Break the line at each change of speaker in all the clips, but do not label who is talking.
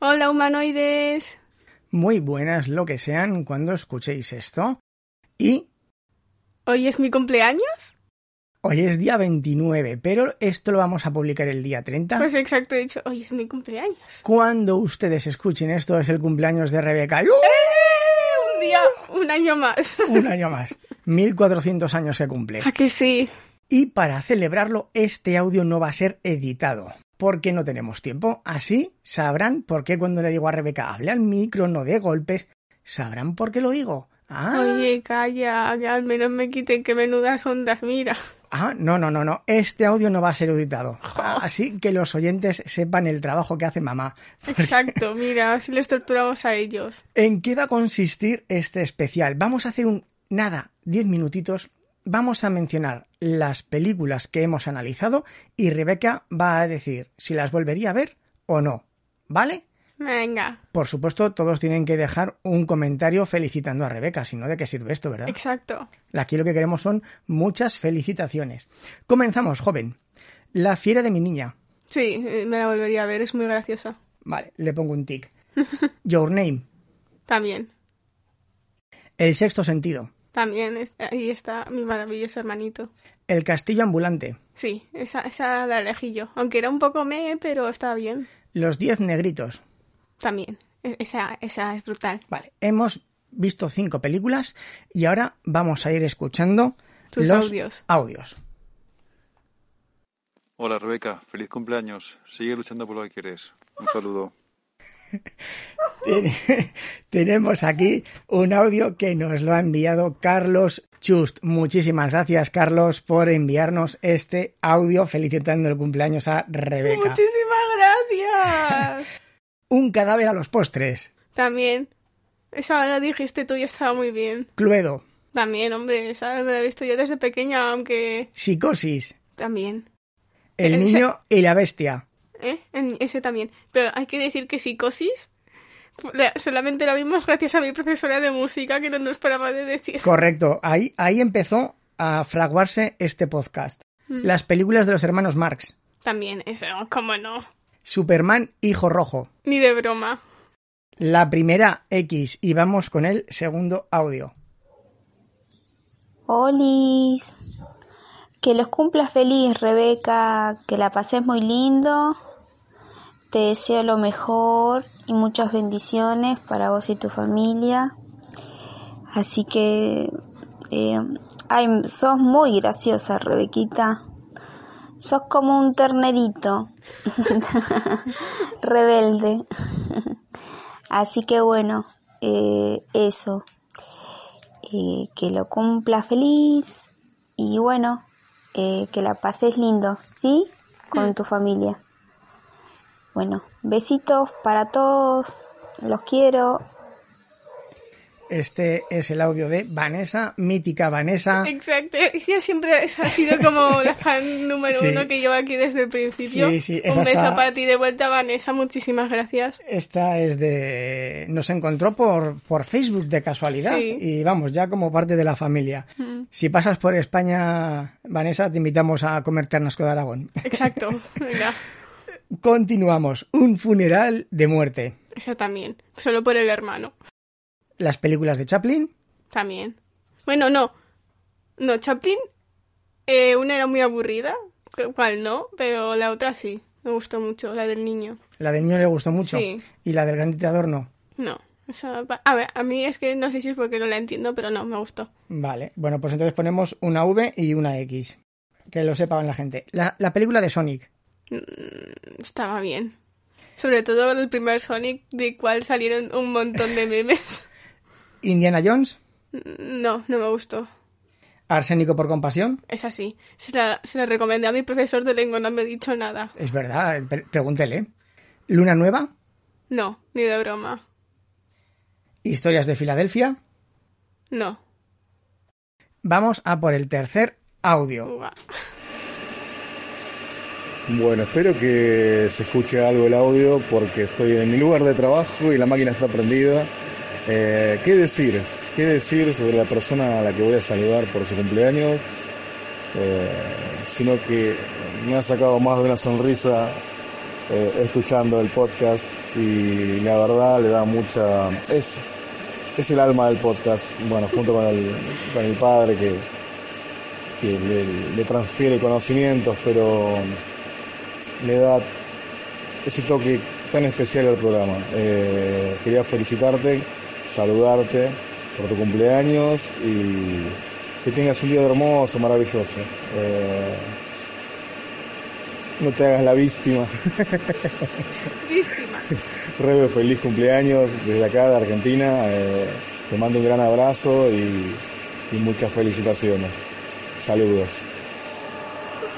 Hola humanoides.
Muy buenas lo que sean cuando escuchéis esto. Y
¿Hoy es mi cumpleaños?
hoy es día 29, pero esto lo vamos a publicar el día 30.
Pues exacto, he dicho, hoy es mi cumpleaños.
Cuando ustedes escuchen esto es el cumpleaños de Rebeca. ¡Y,
¡Eh! Un día, un año más.
¡uh! Un año más. 1400 años se cumple.
¿A que sí?
Y para celebrarlo, este audio no va a ser editado, porque no tenemos tiempo. Así sabrán por qué cuando le digo a Rebeca, hable al micro, no de golpes, sabrán por qué lo digo. Ah,
Oye, calla, que al menos me quiten que menudas ondas, mira.
ah, no, no, no, no, este audio no va a ser editado. Así que los oyentes sepan el trabajo que hace mamá.
Exacto, mira, si les torturamos a ellos.
¿En qué va a consistir este especial? Vamos a hacer un nada, 10 minutitos. Vamos a mencionar las películas que hemos analizado y Rebeca va a decir si las volvería a ver o no. ¿Vale?
Venga,
Por supuesto, todos tienen que dejar un comentario felicitando a Rebeca, si no, ¿de qué sirve esto, verdad?
exacto.
Aquí lo que queremos son muchas felicitaciones. Comenzamos, joven. La fiera de mi niña.
Sí, eh, me la volvería a ver, es muy graciosa.
Vale, le pongo un tic. Your name.
También,
El sexto sentido.
también, es- ahí está mi maravilloso hermanito.
El castillo ambulante.
Sí, esa, esa la elegí yo. Aunque era un poco me, pero estaba bien.
Los diez negritos.
También, e- esa, esa es brutal.
Vale, hemos visto cinco películas y ahora vamos a ir escuchando
Tus
los
audios.
audios.
Hola Rebeca, feliz cumpleaños. Sigue luchando por lo que quieres. Un saludo.
Ten- Tenemos aquí un audio que nos lo ha enviado Carlos Chust. Muchísimas gracias, Carlos, por enviarnos este audio felicitando el cumpleaños a Rebeca.
Muchísimas gracias.
Un cadáver a los postres.
también, esa la dijiste tú y estaba muy bien.
Cluedo.
También, hombre, esa me la he visto yo desde pequeña, aunque
Psicosis.
también.
El
Ese-
niño y la bestia.
¿Eh? En- ese también. Pero hay que decir que psicosis fu- la- solamente la vimos gracias a mi profesora de música que no nos paraba de decir.
Correcto. Ahí, ahí empezó a fraguarse este podcast.
Mm.
Las películas de los hermanos Marx.
También, eso, cómo no.
Superman, hijo rojo.
Ni de broma.
La primera X y vamos con el segundo audio.
Olis, que los cumplas feliz, Rebeca, que la pases muy lindo. Te deseo lo mejor y muchas bendiciones para vos y tu familia. Así que, eh, ay, sos muy graciosa, Rebequita. Sos como un ternerito rebelde. Así que bueno, eh, eso eh, que lo cumpla feliz y bueno, eh, que la pases lindo, ¿sí? Con tu familia. Bueno, besitos para todos, los quiero.
Este es el audio de Vanessa, mítica Vanessa.
Exacto. Ella siempre es- ha sido como la fan número
Sí.
uno que llevo aquí desde el principio.
Sí, sí, esa
Un beso
está-
para ti de vuelta, Vanessa. Muchísimas gracias.
Esta es de... Nos encontró por, por Facebook de casualidad
Sí.
y vamos, ya como parte de la familia. Si pasas por España, Vanessa, te invitamos a comer ternasco de Aragón.
Exacto. Venga.
Continuamos. Un funeral de muerte.
Esa también. Solo por el hermano.
Las películas de Chaplin.
También. Bueno, no. No, Chaplin. eh, una era muy aburrida, cual no, pero la otra sí. Me gustó mucho, la del niño.
La del niño le gustó mucho.
Sí.
Y la del gran dictador no.
No. esa va- a ver, a mí es que no sé si es porque no la entiendo, pero no, me gustó.
Vale, bueno, pues entonces ponemos una V y una X. Que lo sepan la gente. La, la película de Sonic.
Estaba bien. Sobre todo el primer Sonic, de cual salieron un montón de memes.
Indiana Jones.
No, no me gustó.
Arsénico por compasión.
Es así. Se la, se la recomendé a mi profesor de lengua, no me ha dicho nada.
Es verdad, pre- pregúntele. Luna Nueva.
No, ni de broma.
Historias de Filadelfia.
No.
Vamos a por el tercer audio.
Buah.
Bueno, espero que se escuche algo el audio porque estoy en mi lugar de trabajo y la máquina está prendida. Eh, ¿Qué decir? ¿Qué decir sobre la persona a la que voy a saludar por su cumpleaños? Eh, sino que me ha sacado más de una sonrisa eh, escuchando el podcast y la verdad le da mucha... Es, es el alma del podcast, bueno, junto con el, con el padre que, que le, le transfiere conocimientos, pero le da ese toque tan especial al programa. Eh, quería felicitarte, saludarte por tu cumpleaños y que tengas un día hermoso, maravilloso. Eh, no te hagas la víctima.
Víctima.
Rebe, feliz cumpleaños desde acá de Argentina. Eh, te mando un gran abrazo y, y muchas felicitaciones. Saludos.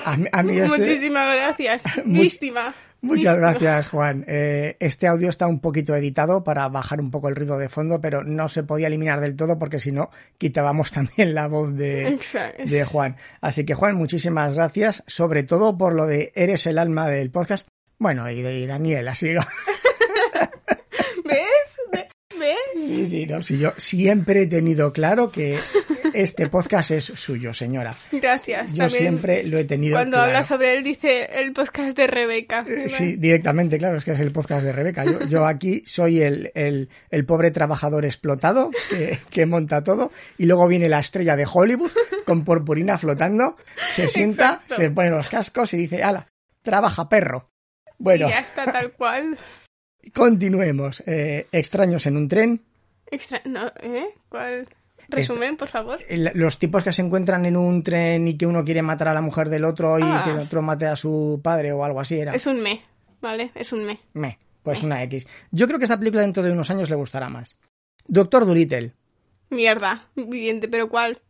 A, mí- a mí este-
Muchísimas gracias.
Much-
Víctima.
Muchas
Víctima.
gracias, Juan. Eh, este audio está un poquito editado para bajar un poco el ruido de fondo, pero no se podía eliminar del todo porque si no quitábamos también la voz de,
Exacto.
de Juan. Así que, Juan, muchísimas gracias, sobre todo por lo de eres el alma del podcast. Bueno, y de y Daniel, así digo.
¿Ves? ¿Ve- ¿Ves?
Sí, sí, no, sí, yo siempre he tenido claro que este podcast es suyo, señora.
Gracias.
Yo
También
siempre lo he tenido
cuando
claro.
habla sobre él dice el podcast de Rebeca.
Eh, Sí, directamente, claro, es que es el podcast de Rebeca. Yo, yo aquí soy el, el- el pobre trabajador explotado que, que monta todo y luego viene la estrella de Hollywood con purpurina flotando, se sienta,
Exacto.
se pone los cascos y dice, ala, trabaja perro. Bueno,
Y ya está tal cual.
continuemos. Eh, extraños en un tren,
Extra... No, ¿eh? ¿Cuál? Resumen, por favor.
El- los tipos que se encuentran en un tren y que uno quiere matar a la mujer del otro y
Ah.
que el otro mate a su padre o algo así era.
Es un me, ¿vale? Es un me.
Meh, pues una X. Yo creo que esta película dentro de unos años le gustará más. Doctor Dolittle.
Mierda. Viviente, pero ¿cuál?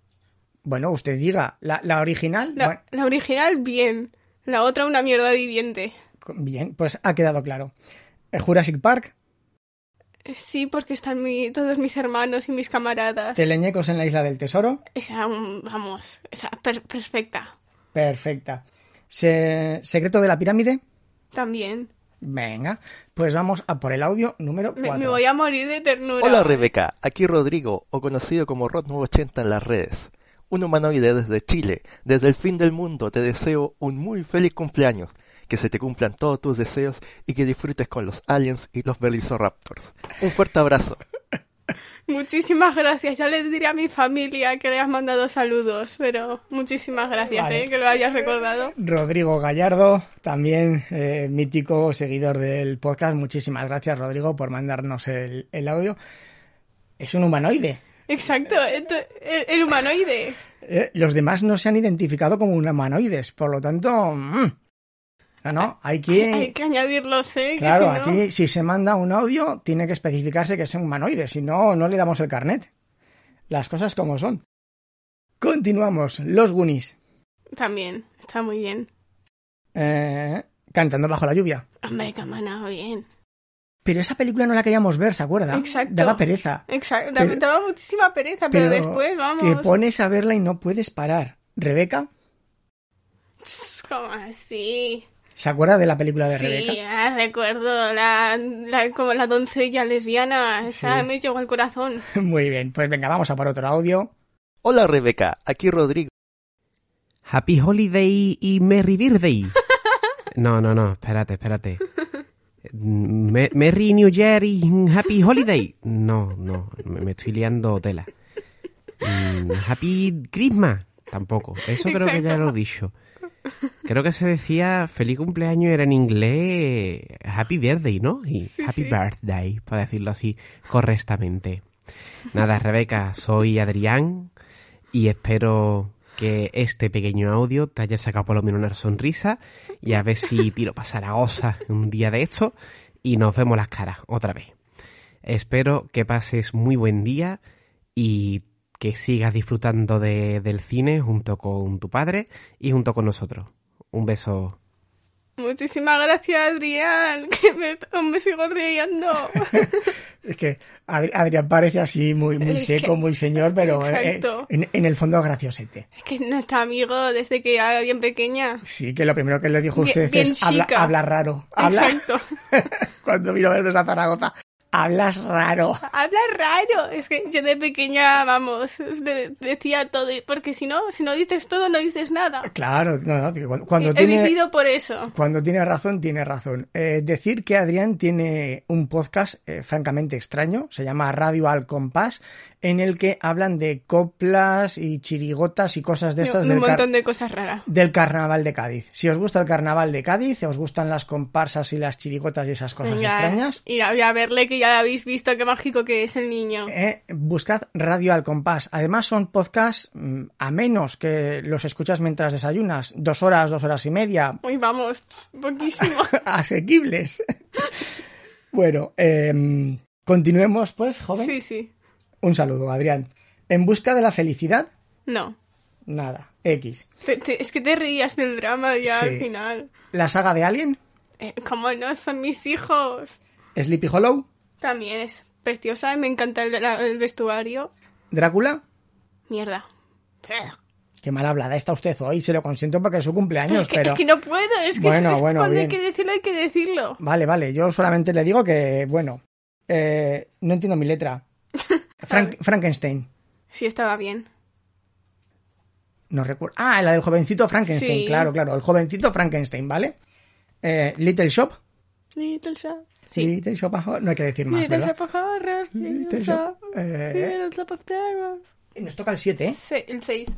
Bueno, usted diga, la, la original.
La,
Bueno,
la original, bien. La otra, una mierda viviente.
bien, pues ha quedado claro. Eh, Jurassic Park,
Sí, porque están mi- todos mis hermanos y mis camaradas.
Teleñecos en la Isla del Tesoro.
Esa, mm, vamos, esa, per- perfecta.
Perfecta. Se- Secreto de la Pirámide.
También.
Venga, pues vamos a por el audio número
Me,
4.
me voy a morir de ternura.
Hola Rebeca, aquí Rodrigo, o conocido como Rod980 en las redes. Un humanoide desde Chile, desde el fin del mundo, te deseo un muy feliz cumpleaños. Que se te cumplan todos tus deseos y que disfrutes con los aliens y los velociraptors. Un fuerte abrazo.
Muchísimas gracias. Ya les diré a mi familia que le has mandado saludos, pero muchísimas gracias,
Vale.
¿eh? Que lo hayas recordado.
Rodrigo Gallardo, también eh, mítico seguidor del podcast. Muchísimas gracias, Rodrigo, por mandarnos el, el audio. Es un humanoide.
Exacto, esto- el, el humanoide.
Eh, los demás no se han identificado como humanoides, por lo tanto. mm. no, no, hay que.
Hay que añadirlos, ¿eh? Que
claro,
si no-
aquí si se manda un audio, tiene que especificarse que es un humanoide, si no, no le damos el carnet. Las cosas como son. Continuamos, los Goonies.
También, está muy bien.
Eh, cantando bajo la lluvia.
Hombre, que ha mandado bien.
Pero esa película no la queríamos ver, ¿se acuerda?
Exacto.
Daba pereza.
Exacto,
Pero-
daba muchísima pereza, pero, después, vamos.
Te pones a verla y no puedes parar. Rebeca,
¿Cómo así?
¿se acuerda de la película de Rebeca?
Sí, ah, recuerdo la, la- como la doncella lesbiana, esa
Sí.
me llegó al corazón.
Muy bien, pues venga, vamos a por otro audio.
Hola Rebeca, aquí Rodrigo,
Happy Holiday y Merry Birthday. No, no, no, espérate, espérate. Me- Merry New Year y Happy Holiday. No, no, me, me estoy liando tela. Mm, Happy Christmas. Tampoco. Eso creo que ya lo he dicho. Creo que se decía feliz cumpleaños era en inglés Happy Birthday, ¿no? Y Happy Birthday, para decirlo así correctamente. Nada, Rebeca, soy Adrián y espero que este pequeño audio te haya sacado por lo menos una sonrisa y a ver si tiro para Zaragoza un día de esto y nos vemos las caras otra vez. Espero que pases muy buen día y que sigas disfrutando de- del cine junto con tu padre y junto con nosotros. Un beso.
Muchísimas gracias, Adrián, que me, aún me sigo riendo.
Es que Adri- Adrián parece así muy, muy
Es
seco,
que-
muy señor, pero eh,
Exacto.
en, en el fondo graciosete.
es que es nuestro amigo desde que era bien pequeña.
Sí, que lo primero que le dijo
Bien-
usted
bien
es habla,
chica".
habla raro. Habla
Exacto.
cuando vino a vernos a Zaragoza. Hablas raro.
Habla raro. Es que yo de pequeña, vamos, le decía todo. y- Porque si no, si no dices todo, no dices nada.
Claro, no, no, que cuando, cuando
He
tiene...
vivido por eso.
Cuando tiene razón, tiene razón. Eh, decir que Adrián tiene un podcast eh, francamente extraño, se llama Radio al Compás, en el que hablan de coplas y chirigotas y cosas de estas
un
del, car-
montón de cosas raras.
del carnaval de Cádiz. Si os gusta el carnaval de Cádiz, os gustan las comparsas y las chirigotas y esas cosas
Venga,
extrañas,
Y a, y a verle que ya habéis visto qué mágico que es el niño.
eh, buscad Radio al Compás. Además son podcasts mm, a menos que los escuchas mientras desayunas, dos horas, dos horas y media,
Uy, vamos, tss, poquísimo.
asequibles. bueno, em, continuemos pues, joven.
sí, sí.
Un saludo, Adrián. En busca de la felicidad,
No.
nada, X.
Te- te- es que te reías del drama ya
Sí.
al final.
La saga de Alien,
Eh, ¿Cómo no? Son mis hijos.
Sleepy Hollow,
También es preciosa. Me encanta el, la- el vestuario.
Drácula.
Mierda.
Qué mal hablada está usted hoy, se lo consiento porque es su cumpleaños,
es, que,
pero...
es que no puedo. Es que
Bueno,
es-
bueno,
cuando hay
bien.
que decirlo, hay que decirlo.
Vale, vale, yo solamente le digo que, bueno, eh, no entiendo mi letra. Frank- Frankenstein,
Sí, estaba bien.
no recuerdo. Ah, la del jovencito Frankenstein,
Sí.
claro, claro, el jovencito Frankenstein, ¿vale? Eh, Little Shop.
Little Shop. Sí.
Little Shop, ah, no hay que decir más,
Little
¿verdad?
Shop of Horrors. Little
Little
Shop.
Shop, eh.
Little Shop of Terrors.
Nos toca el 7, ¿eh?
Se- El 6.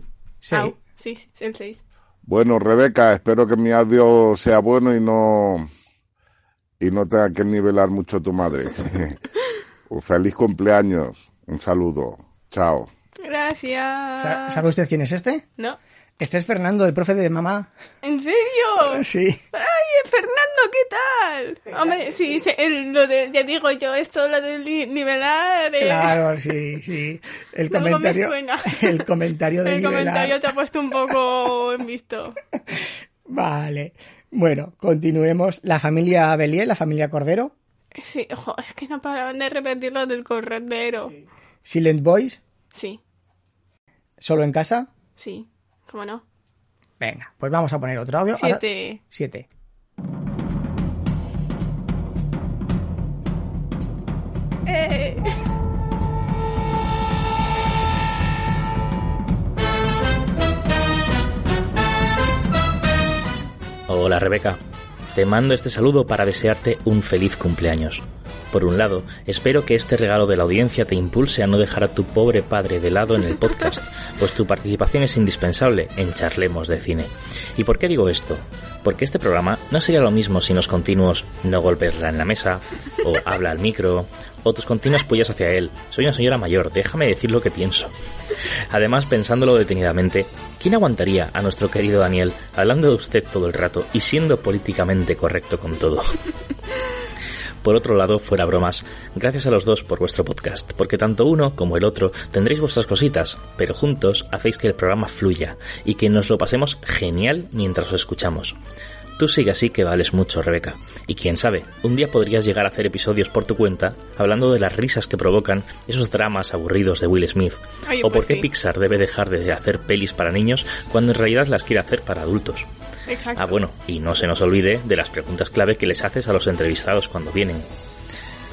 Sí.
Sí, sí, el 6.
Bueno, Rebeca, espero que mi audio sea bueno y no y no tenga que nivelar mucho tu madre. Un feliz cumpleaños, un saludo, chao.
Gracias.
Sa- ¿Sabe usted quién es este?
No.
Este es Fernando, el profe de mamá.
¿En serio?
Sí.
¡Ay, Fernando, qué tal! Hombre, sí, se- el- lo de, ya digo yo, esto lo de li- nivelar. eh,
Claro, sí, sí. El
De algo me
comentario,
suena.
el comentario de
el
nivelar.
comentario te ha puesto un poco en visto.
Vale. Bueno, continuemos. La familia Belier, la familia Cordero,
Sí, ojo, es que no paraban de repetir lo del corredero. Sí.
Silent Boys,
sí,
solo en casa.
¿Cómo no?
Venga, pues vamos a poner otro audio. Ahora-
Siete.
siete.
Eh,
Hola Rebeca, te mando este saludo para desearte un feliz cumpleaños. Por un lado, espero que este regalo de la audiencia te impulse a no dejar a tu pobre padre de lado en el podcast, pues tu participación es indispensable en Charlemos de Cine. ¿Y por qué digo esto? Porque este programa no sería lo mismo sin los continuos no golpes la en la mesa, o habla al micro, o tus continuas pullas hacia él. Soy una señora mayor, déjame decir lo que pienso. Además, pensándolo detenidamente, ¿quién aguantaría a nuestro querido Daniel hablando de usted todo el rato y siendo políticamente correcto con todo? Por otro lado, fuera bromas, gracias a los dos por vuestro podcast, porque tanto uno como el otro tendréis vuestras cositas, pero juntos hacéis que el programa fluya y que nos lo pasemos genial mientras os escuchamos. Tú sigue así que vales mucho, Rebeca. Y quién sabe, un día podrías llegar a hacer episodios por tu cuenta hablando de las risas que provocan esos dramas aburridos de Will Smith.
Oye,
o por
pues
qué
sí.
Pixar debe dejar de hacer pelis para niños cuando en realidad las quiere hacer para adultos.
exacto.
Ah, bueno, y no se nos olvide de las preguntas clave que les haces a los entrevistados cuando vienen.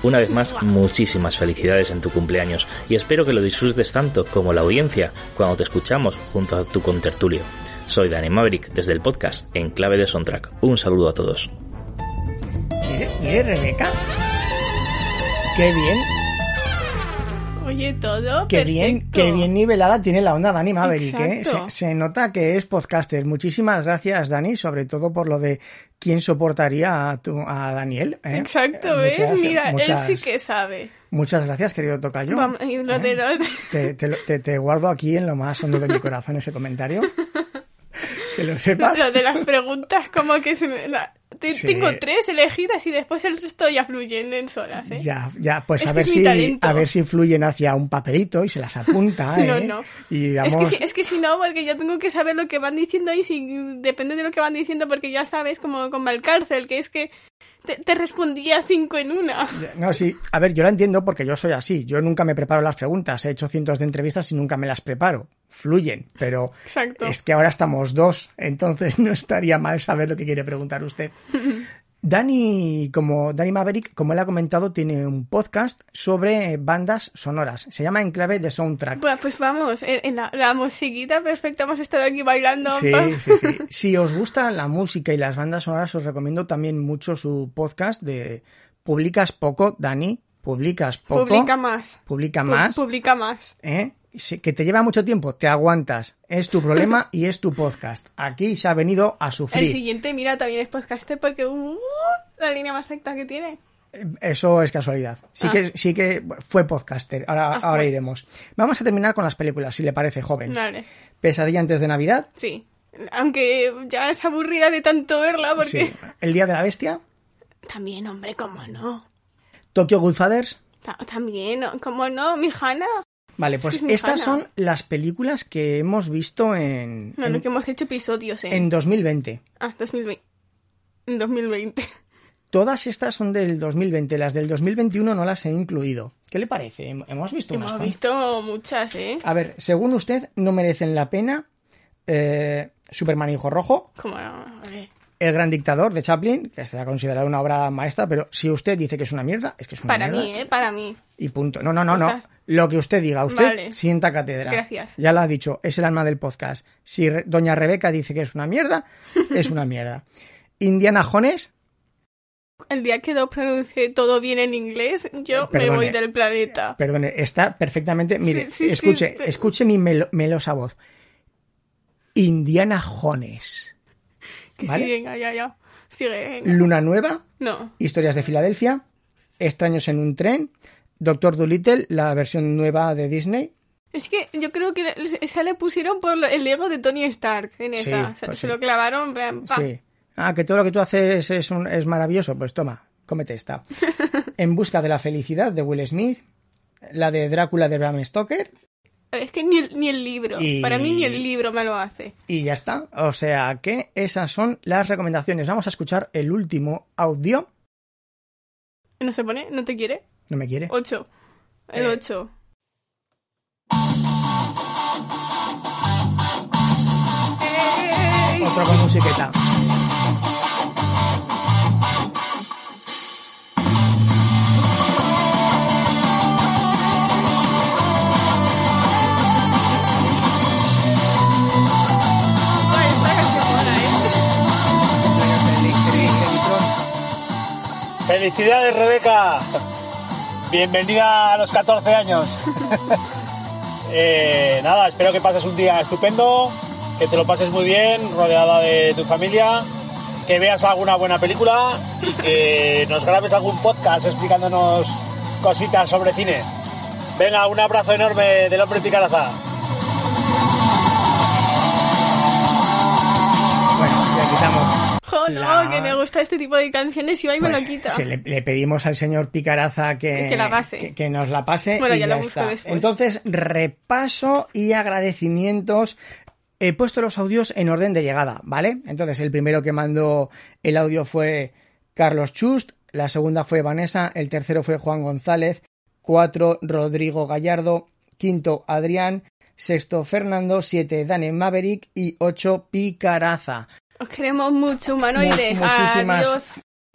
Una vez más, muchísimas felicidades en tu cumpleaños y espero que lo disfrutes tanto como la audiencia cuando te escuchamos junto a tu contertulio. Soy Dani Maverick desde el podcast En Clave de Soundtrack. Un saludo a todos.
Mire, mire, Rebeca. Qué bien,
Oye, todo.
qué bien,
perfecto.
qué bien nivelada tiene la onda Dani Maverick. ¿eh? Se,
Exacto.
se nota que es podcaster. Muchísimas gracias, Dani, sobre todo por lo de quién soportaría a, tu- a Daniel. ¿eh?
Exacto,
Eh,
¿ves?
muchas-
Mira,
muchas- ¿eh?
él sí que sabe.
Muchas gracias, querido Tocayo.
Vamos, y lo de los-
Te, te lo- te- te guardo aquí en lo más hondo de mi corazón ese comentario. Que lo sepas.
Lo de las preguntas, como que se me. la- te-
Sí.
Tengo tres elegidas y después el resto ya fluyen en solas, ¿eh?
Ya, ya, pues
Es
a
que
ver
es mi
si
talento.
a ver si fluyen hacia un papelito y se las apunta,
No,
¿eh?
no.
Y
Es
damos
que, si, es que si no, porque yo tengo que saber lo que van diciendo y si depende de lo que van diciendo, porque ya sabes, como con Valcárcel, que es que te, te respondía cinco en una.
No, sí. A ver, yo la entiendo porque yo soy así. Yo nunca me preparo las preguntas. He hecho cientos de entrevistas y nunca me las preparo. Fluyen, pero
Exacto.
es que ahora estamos dos, entonces no estaría mal saber lo que quiere preguntar usted. Dani, como Dani Maverick, como él ha comentado, tiene un podcast sobre bandas sonoras. Se llama Enclave de Soundtrack.
Bueno, pues vamos, en, en la, la musiquita perfecta hemos estado aquí bailando.
Sí, sí, sí. Si os gusta la música y las bandas sonoras, os recomiendo también mucho su podcast de Publicas Poco, Dani. Publicas poco.
Publica más.
Publica más.
Pu- Publica más.
¿eh? Si- Que te lleva mucho tiempo, te aguantas. Es tu problema y es tu podcast. Aquí se ha venido a
El
sufrir.
siguiente, mira, también es podcast porque uh, la línea más recta que tiene.
Eso es casualidad. Sí
Ah.
que sí que bueno, fue podcaster. Ahora,
Ah,
ahora
bueno.
iremos. Vamos a terminar con las películas, si le parece joven.
Vale,
Pesadilla antes de Navidad.
sí. Aunque ya es aburrida de tanto verla porque...
Sí. El Día de la Bestia.
También, hombre, cómo no.
Tokyo Goodfathers.
Ta- también, cómo no, mi Hanna.
Vale, pues
Es muy
estas
mala.
son las películas que hemos visto en,
No,
en,
no, que hemos hecho episodios, ¿eh?
en 2020.
Ah, 2020. En 2020.
Todas estas son del 2020. Las del 2021 no las he incluido. ¿Qué le parece? Hem- Hemos visto
Hemos
unas cuantas.
visto muchas, ¿eh?
A ver, según usted, no merecen la pena eh, Superman Hijo Rojo,
Como no, a ver.
El Gran Dictador de Chaplin, que será considerada una obra maestra, pero si usted dice que es una mierda, es que es una
Para
mierda.
mí, ¿eh? Para mí.
Y punto. No, no, no, no.
Ostras.
Lo que usted diga, usted
Vale.
sienta cátedra.
Gracias.
Ya lo ha dicho, es el alma del podcast. Si Re- doña Rebeca dice que es una mierda, es una mierda. Indiana Jones,
El día que lo pronuncie todo bien en inglés, yo
Eh, perdone.
me voy del planeta.
perdone, está perfectamente.
Sí,
Mire,
sí, sí,
escuche,
pe-
escuche mi melo- melosa voz. Indiana Jones,
Que
¿Vale?
sí, venga, ya, ya. Sigue, venga.
Luna Nueva,
No.
Historias de Filadelfia, Extraños en un tren, Doctor Dolittle, la versión nueva de Disney.
Es que yo creo que le- esa le pusieron por lo- el ego de Tony Stark en
Sí,
esa. se,
pues
se
sí.
lo clavaron, en plan, ¡pam!
Sí. Ah, que todo lo que tú haces es, un- es maravilloso. Pues toma, cómete esta. En busca de la felicidad de Will Smith, la de Drácula de Bram Stoker
Es que ni el, ni el libro.
Y-
Para mí ni el libro me lo hace.
y ya está. O sea que esas son las recomendaciones. Vamos a escuchar el último audio.
¿No se pone? ¿No te quiere?
No me quiere.
Ocho. El
Eh.
ocho. ¡Ey!
Otro con musiqueta.
Ay, esta canción mola, ¿eh?
¡Felicidades, Rebeca! Bienvenida a los 14 años. Eh, nada, espero que pases un día estupendo, que te lo pases muy bien, rodeada de tu familia, que veas alguna buena película y que nos grabes algún podcast explicándonos cositas sobre cine. Venga, un abrazo enorme del hombre picaraza.
Bueno, le quitamos.
Jo, no,
La-
que me gusta este tipo de canciones y va y me
Pues,
lo quita.
sí, le, le pedimos al señor Picaraza que,
Que la pase.
que- que nos la pase.
Bueno,
y
ya
ya
lo busco
está.
después.
Entonces, repaso y agradecimientos. He puesto los audios en orden de llegada, ¿vale? Entonces, el primero que mandó el audio fue Carlos Chust, la segunda fue Vanessa, el tercero fue Juan González, cuatro Rodrigo Gallardo, quinto Adrián, sexto Fernando, siete Dane Maverick y ocho Picaraza.
Os queremos mucho, humanoides.
Mu- muchísimas-
Adiós.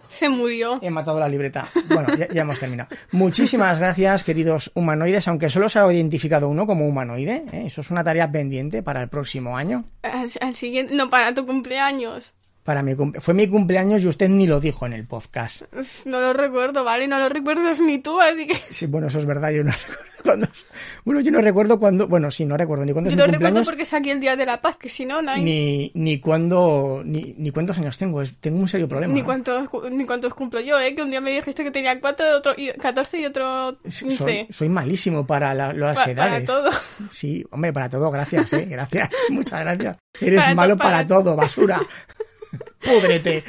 Se murió.
He matado la libreta. Bueno, ya, ya hemos terminado. Muchísimas gracias, queridos humanoides, aunque solo se ha identificado uno como humanoide. ¿eh? Eso es una tarea pendiente para el próximo año.
Al, al siguiente, no, para tu cumpleaños.
Para mi cumple- Fue mi cumpleaños y usted ni lo dijo en el podcast.
Uf, No lo recuerdo, ¿vale? No lo recuerdas ni tú, así que...
Sí, bueno, eso es verdad. Yo no recuerdo cuándo. Bueno, yo no recuerdo cuándo. Bueno, sí, no recuerdo ni cuándo
Yo
es
lo
mi
recuerdo
cumpleaños.
porque es aquí el Día de la Paz, que si no, no hay...
Ni, ni cuándo. Ni, ni cuántos años tengo. Es- Tengo un serio problema.
Ni
¿eh?
cuántos, cu- ni cuántos cumplo yo, ¿eh? Que un día me dijiste que tenía cuatro, otro, y 14 y otro
Sí,
15.
Soy, soy malísimo para la- las
Pa- para
edades.
todo.
Sí, hombre, para todo, gracias, ¿eh? Gracias, muchas gracias. Eres
Para to-
malo para,
para-
todo, basura. Púdrete.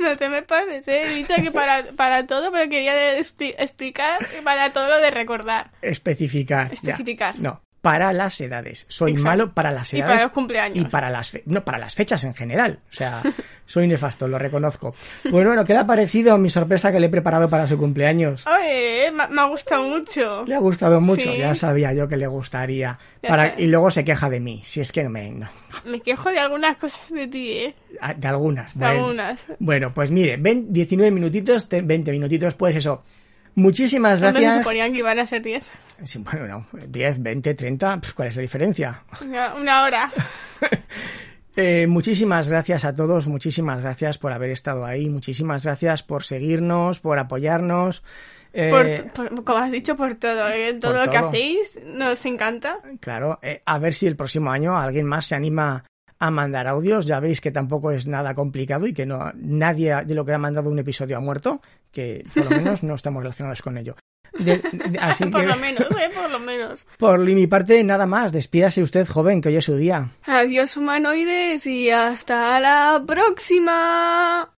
No te me pases, ¿eh? He dicho que para, para todo, pero quería de- expli- explicar para todo lo de recordar.
Especificar. ya.
Especificar.
No. para las edades. Soy
Exacto.
malo para las
Y
edades.
para los cumpleaños.
Y para las, fe- no, para las fechas en general. O sea, soy nefasto, lo reconozco. Pues bueno, ¿qué le ha parecido mi sorpresa que le he preparado para su cumpleaños?
Oye, eh, me, me ha gustado mucho.
Le ha gustado mucho,
Sí.
ya sabía yo que le gustaría.
Ya
Para,
sé.
y luego se queja de mí, si es que no me... no.
Me quejo de algunas cosas de ti, ¿eh?
Ah, De algunas.
De
bueno.
algunas.
Bueno, pues mire, ven, 19 minutitos, te- 20 minutitos, pues eso. Muchísimas
Hombre,
gracias.
me suponían que iban a ser 10.
Sí, bueno, no, 10, 20, 30, pues, ¿cuál es la diferencia?
Una, una hora.
Eh, muchísimas gracias a todos, muchísimas gracias por haber estado ahí, muchísimas gracias por seguirnos, por apoyarnos. eh,
Por- por- como has dicho, por todo. ¿eh? Todo
por
lo que
todo.
hacéis nos encanta.
Claro, eh, a ver si el próximo año alguien más se anima a mandar audios. Ya veis que tampoco es nada complicado y que no nadie de lo que ha mandado un episodio ha muerto, que por lo menos no estamos relacionados con ello. De- de- así
por
que-
lo menos, ¿eh? Por lo menos.
Por mi parte, nada más. Despídase usted, joven, que hoy es su día.
Adiós, humanoides, y hasta la próxima.